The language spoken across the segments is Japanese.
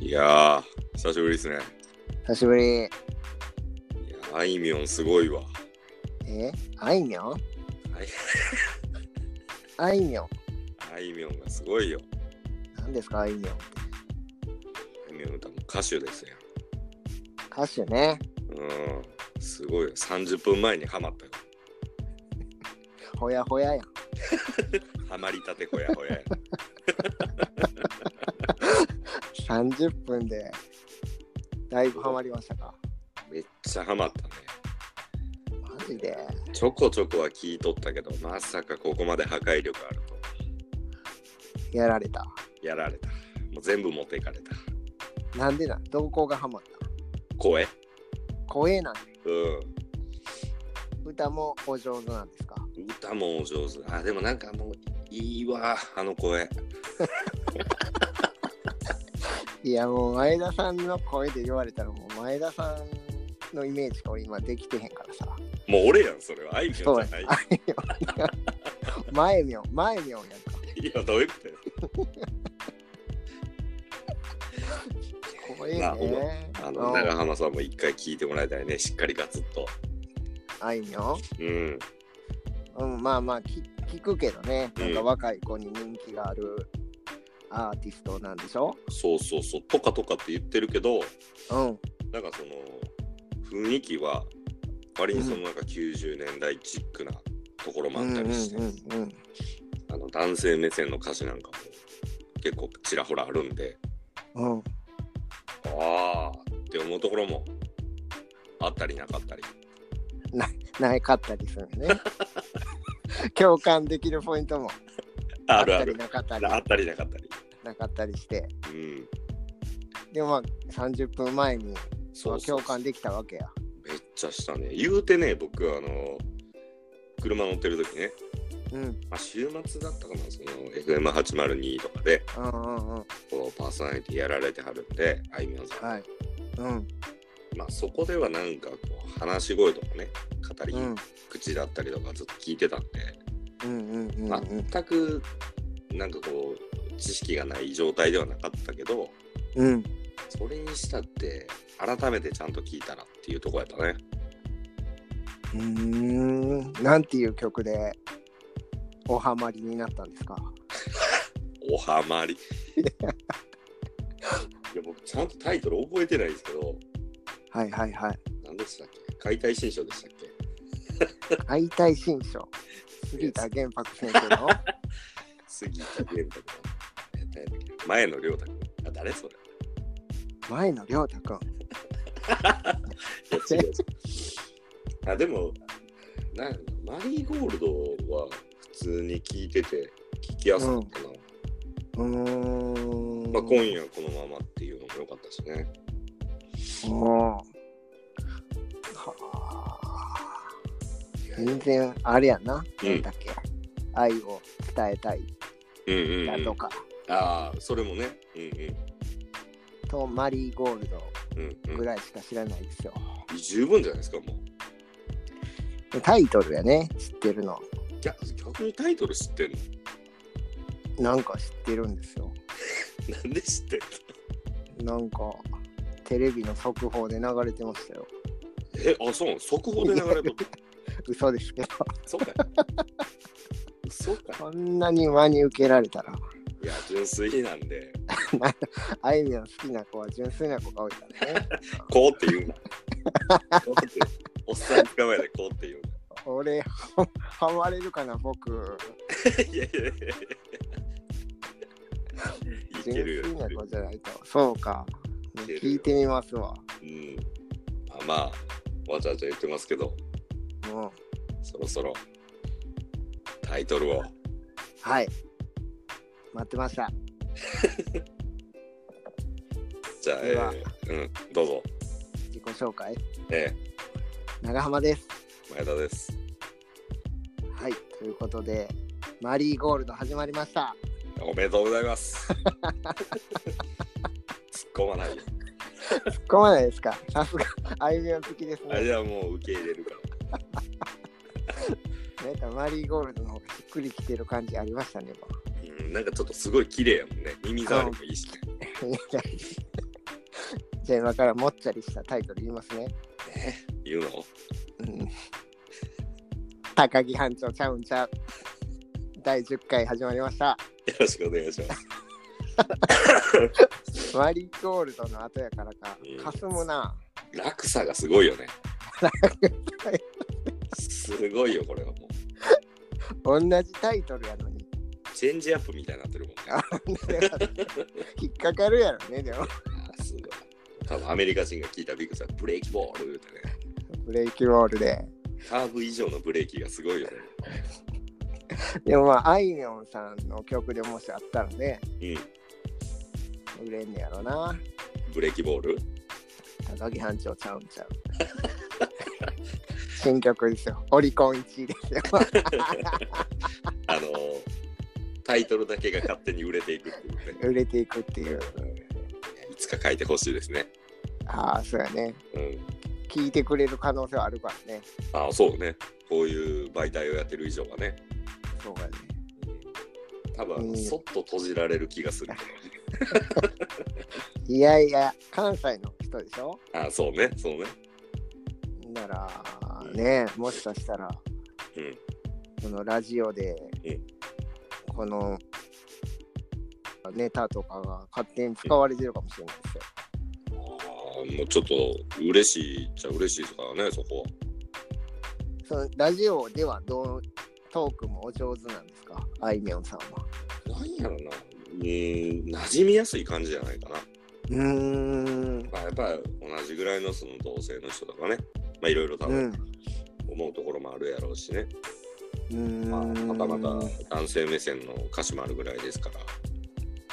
いやー、久しぶりですね。久しぶり。いやー、あいみょんすごいわ。えあいみょん あいみょん。あいみょんがすごいよ。何ですかあいみょあん。いみょん歌も歌手ですよ。歌手ね。うん、すごいよ。30分前にハマったよ。ほやほややん。ハマりたてほやほやや。 30分で、だいぶハマりましたか。めっちゃハマったね。マジで。ちょこちょこは聞いとったけど、まさかここまで破壊力あると。やられた。やられた。もう全部持っていかれた。なんでなんどこがハマった声声なんで。う歌もお上手なんですかん。歌もお上手。あ、でもなんかもういいわ、あの声。いやもう前田さんの声で言われたらもう前田さんのイメージしか俺今できてへんからさ。もう俺やん、それは。あいみょそんうじゃないや。。あいみょん。前みょん。前みょんやんか。いや、どういうことや声なるほどね。あの長浜さんも一回聞いてもらいたいね、しっかりガツッと。あいみょんうん、うん、まあまあ聞聞くけどね、なんか若い子に人気があるアーティストなんでしょそうそうそう、とかとかって言ってるけど、うん。なんかその雰囲気は、割にそのなんか90年代チックなところもうあっんうたんりして、うんうん。あの男性目線の歌詞なんかも結構ちらほらあるんで、うん、ああって思うところもあったりなかったり。ないかったりするね。 共感できるポイントもああっるたありる。なかったりあったりなかったり。なかったりして、うん。でもまあ30分前にそうそうそう共感できたわけや。めっちゃしたね。言うてね、僕、あの、車乗ってる時ね、うんまあ、週末だったかな、その FM802 とかで、うんうんうん。こうパーソナリティやられてはるんで、あいみょんさん。はい。うんまあ、そこではなんかこう、話し声とかね、語りうん口だったりとかずっと聞いてたんで、うんうんうんうん全く、なんかこう、知識がない状態ではなかったけど、うん。それにしたって、改めてちゃんと聞いたらっていうとこやったね。うーん。なんていう曲でおハマりになったんですかおはま り。いや僕ちゃんとタイトル覚えてないんですけど、はいはいはい。何でしたっけ解体新書でしたっけ解体新書杉田玄白先生 の杉田玄太かえ誰だっけ前野亮太君。あ、誰それ前野亮 太くんいや違う違うあ、でも、なんマリーゴールドは普通に聞いてて、聞きやすかったな。うーんまあ、今夜このままっていうのも良かったしね。うんはあ全然あれやな、うんなんだっけ愛を伝えたいうんうん、だうん。とか、ああ、それもね。うんとマリーゴールうん。うドんぐうらいしか知らないですよ、ん、十分じゃないですか、もう。でタイトルやね知ってるの逆逆にタイトル知ってんのなんか知ってるんですよなんで知ってんのなんかテレビの速報で流れてましたよえ、 あ、そうなの速報で流れとった。嘘ですけどそうかい。そうかこんなに真に受けられたらい。いや、純粋なんで、あいみょん好きな子は純粋な子が多いからね。こうって言うな。こうって、おっさん捕まえてこうって言う俺、 ハマれるかな、僕。な。いやいやいやいや。い純けるよ。粋いけなる子じゃないと。そうか。いけるよ聞いてみますわ。うん。まあまあ、わちゃわちゃ言ってますけど、うん。そろそろタイトルを。はい。待ってました。じゃあ、えではー、うん、どうぞ。自己紹介。え長浜です。ー、前田です。はい。ということで、マリーゴールド始まりました。おめでとうございます。突っ込まないよ。突っ込まないですか。さすが、あいみょん好きですあれね。はもう受け入れるから。なんかマリーゴールドの方がしっくりきてる感じありましたね。今うん、なんかちょっとすごい綺麗やもんね。耳障りもいいしね。いやいや じゃあ今からもっちゃりしたタイトル言いますね。え言うのうん高木班長ちゃうんちゃう。第10回始まりました。よろしくお願いします。マリーゴールドの後やからかうん、かすむな。落差がすごい よね。すごいよ、これはもう。同じタイトルやのに。チェンジアップみたいになってるもんね。あ引っかかるやろね、でも。ーすごい。多分アメリカ人が聞いたビッグさん、ブレーキボールってね。ブレーキボールで。カーブ以上のブレーキがすごいよね。でもまあ、あいみょんさんの曲でもしあったらね、う売れんねやろな。ん、ブレーキボール高木班長ちゃうんちゃう。新曲ですよ。オリコン1位ですよ。あのータイトルだけが勝手に売れていくっていうね。売れていくっていう。いつか書いてほしいですね。ああ、そうやね。うん。聞いてくれる可能性はあるからね。ああ、そうね。こういう媒体をやってる以上はね。そうやね。多分あのうんそっと閉じられる気がする。いやいや、関西の人でしょああ、そうね。そうね。なら、ね、もしかしたら、うん。このラジオでうん、このネタとかが勝手に使われてるかもしれないですよ。あーもうちょっと嬉しいっちゃ嬉しいですからね、そこは。そのラジオではどうトークもお上手なんですかあいみょんさんは。なんやろな。うん、馴染みやすい感じじゃないかな。うーん。まあ、やっぱ同じぐらいのその同性の人とかね。まあ、いろいろ多う分ん。思うところもあるやろうしね。うーん。まあ、またまた男性目線の歌詞もあるぐらいですか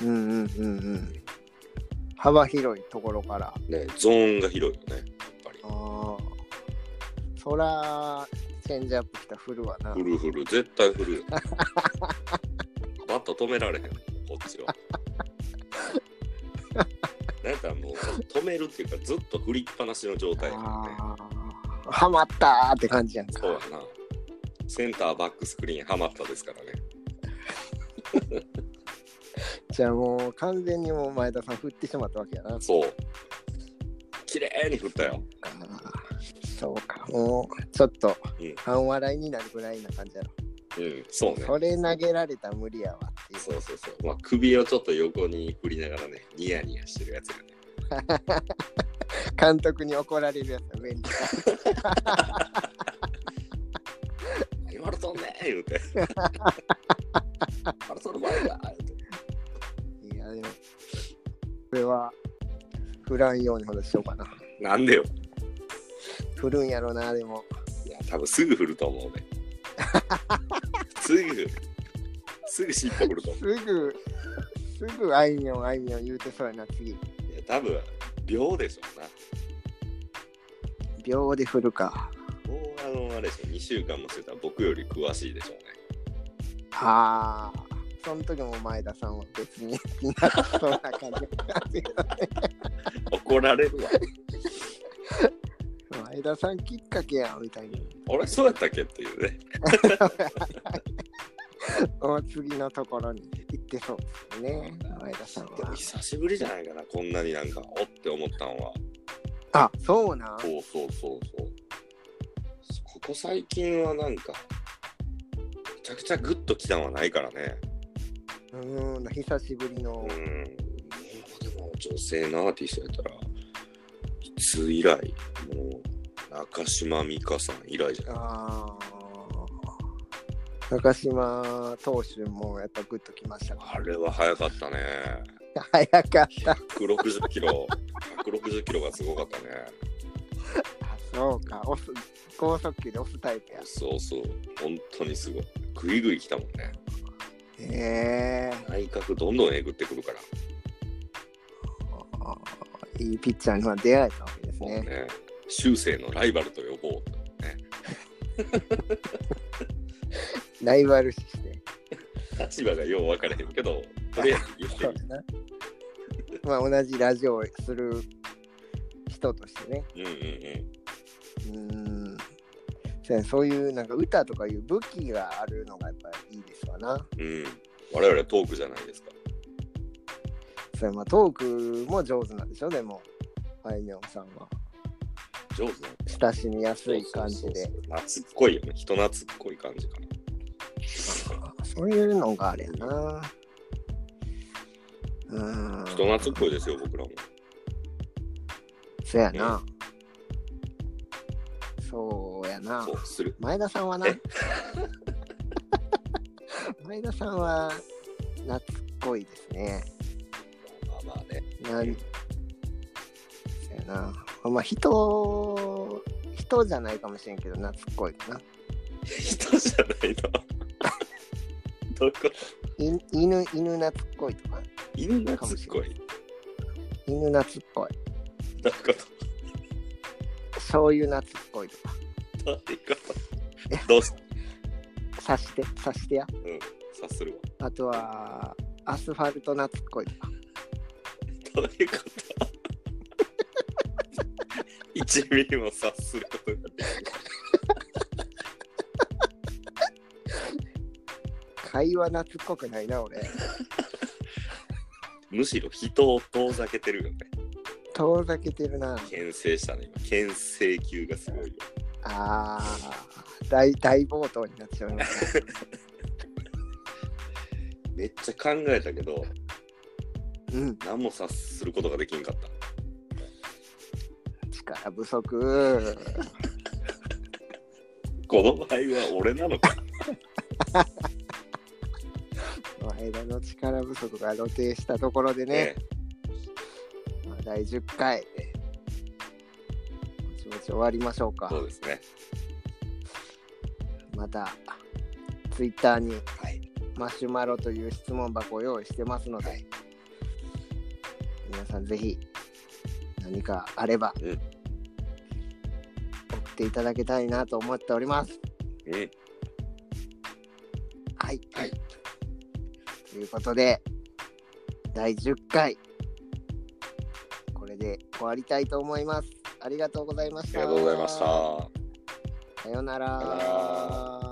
ら、うんうんうんうん。幅広いところから。ね、ゾーンが広いよね、やっぱり。ああ。そら、チェンジアップきたフルはなフ。ルフル、絶対フルよ。バット止められへん、こっち は。なんかもう止めるっていうか、ずっと振りっぱなしの状態やからね。ああ。はまったーって感じやんか。そうやな。センターバックスクリーンはまったですからね。じゃあもう完全にもう前田さん振ってしまったわけやな。そう。綺麗に振ったよ。あーそうか。もうちょっとうん半笑いになるぐらいな感じやろ。うん、そうね。それ投げられたら無理やわっていう。そうそうそう。まあ、首をちょっと横に振りながらね、ニヤニヤしてるやつがね。監督に怒られるやつは便利だ。何マラソンね言うて。マラソンの前だ言うて。いやでも、これは振らんようにほどしようかな。なんでよ。振るんやろな、でも。いや、多分すぐ振ると思うね。すぐ、すぐ尻尾振ると思すぐ、すぐあいみょんあいみょん言うてそうやな、次。う。いや、多分秒でしょうな。秒で振るか。もうあの、あれでしょ、2週間もしてたら僕より詳しいでしょうね。はあ。その時も前田さんは別に気にならそうな感じ。怒られるわ。前田さんきっかけやんみたいな。俺、そうやったっけっていうね。お次のところに行ってそうですね、前田さんでもは。久しぶりじゃないかな、こんなになんか、おって思ったんは。あ、そうなん。そうそうそうそう。ここ最近はなんか、めちゃくちゃグッときたのはないからね。うーん、久しぶりのう。ん。でも女性のアーティストやったら、いつ以来もう、中島美嘉さん以来じゃないああ。中島投手もやっぱグッときましたかあれは早かったね。早かった。 160キロ、160キロがすごかったね。あそうか、押す、高速球で押すタイプや。そうそう、本当にすごい。ぐいぐい来たもんね。へえ内角どんどんえぐってくるから。あーいいピッチャーには出会えたわけですもうね。ね、修正のライバルと呼ぼうと。ライバル視して。立場がよう分からへんけど、とりあえずそ言うってやな。まあ同じラジオをする人としてね。みる。うんうんうーんそうやそういうなんか歌とかいう武器があるのがやっぱいいですわな。うん。うん。我々トークじゃないですか。それまあトークも上手なんでしょでもあいみょんさんは。上手だね。親しみやすい感じそうでそう。そうそう。夏っこいよね。人懐っこい感じかな。あーそういうのがあれやな。うーん。人懐っこいですよ、僕らも。そうやな。そうやなそ。うする。前田さんはなえ。 前田さんは懐っこいですね。まあまあね。なんそうやな。まあ人、人じゃないかもしれんけど、懐っこいかな。人じゃないな。どういうことい犬、犬懐っこいとか。犬懐っこい。犬懐っこい。どういうこと醤油懐っこいとか。どういうことどうした刺して、刺してや。うん。察するわ。あとは、アスファルト懐っこいとか。どういうこと 一ミリも察することができない会話懐っこくないな、俺。むしろ人を遠ざけてるよね。遠ざけてるな。牽制したね、今。牽制級がすごいよ。あー、大、大暴投になってしまいました。めっちゃ考えたけど、うん、何も察することができんかった。力不足。この場合は俺なのか。前田の力不足が露呈したところでね、まあ第10回、ぼちぼち終わりましょうかそ。うですね。また、ツイッターにはい。マシュマロという質問箱を用意してますので、はい皆さんぜひ何かあれば、うん送っていただきたいなと思っております。うん。はい。はいということで、第10回、これで終わりたいと思います。ありがとうございましありがた。とうございました。さよさよううななら。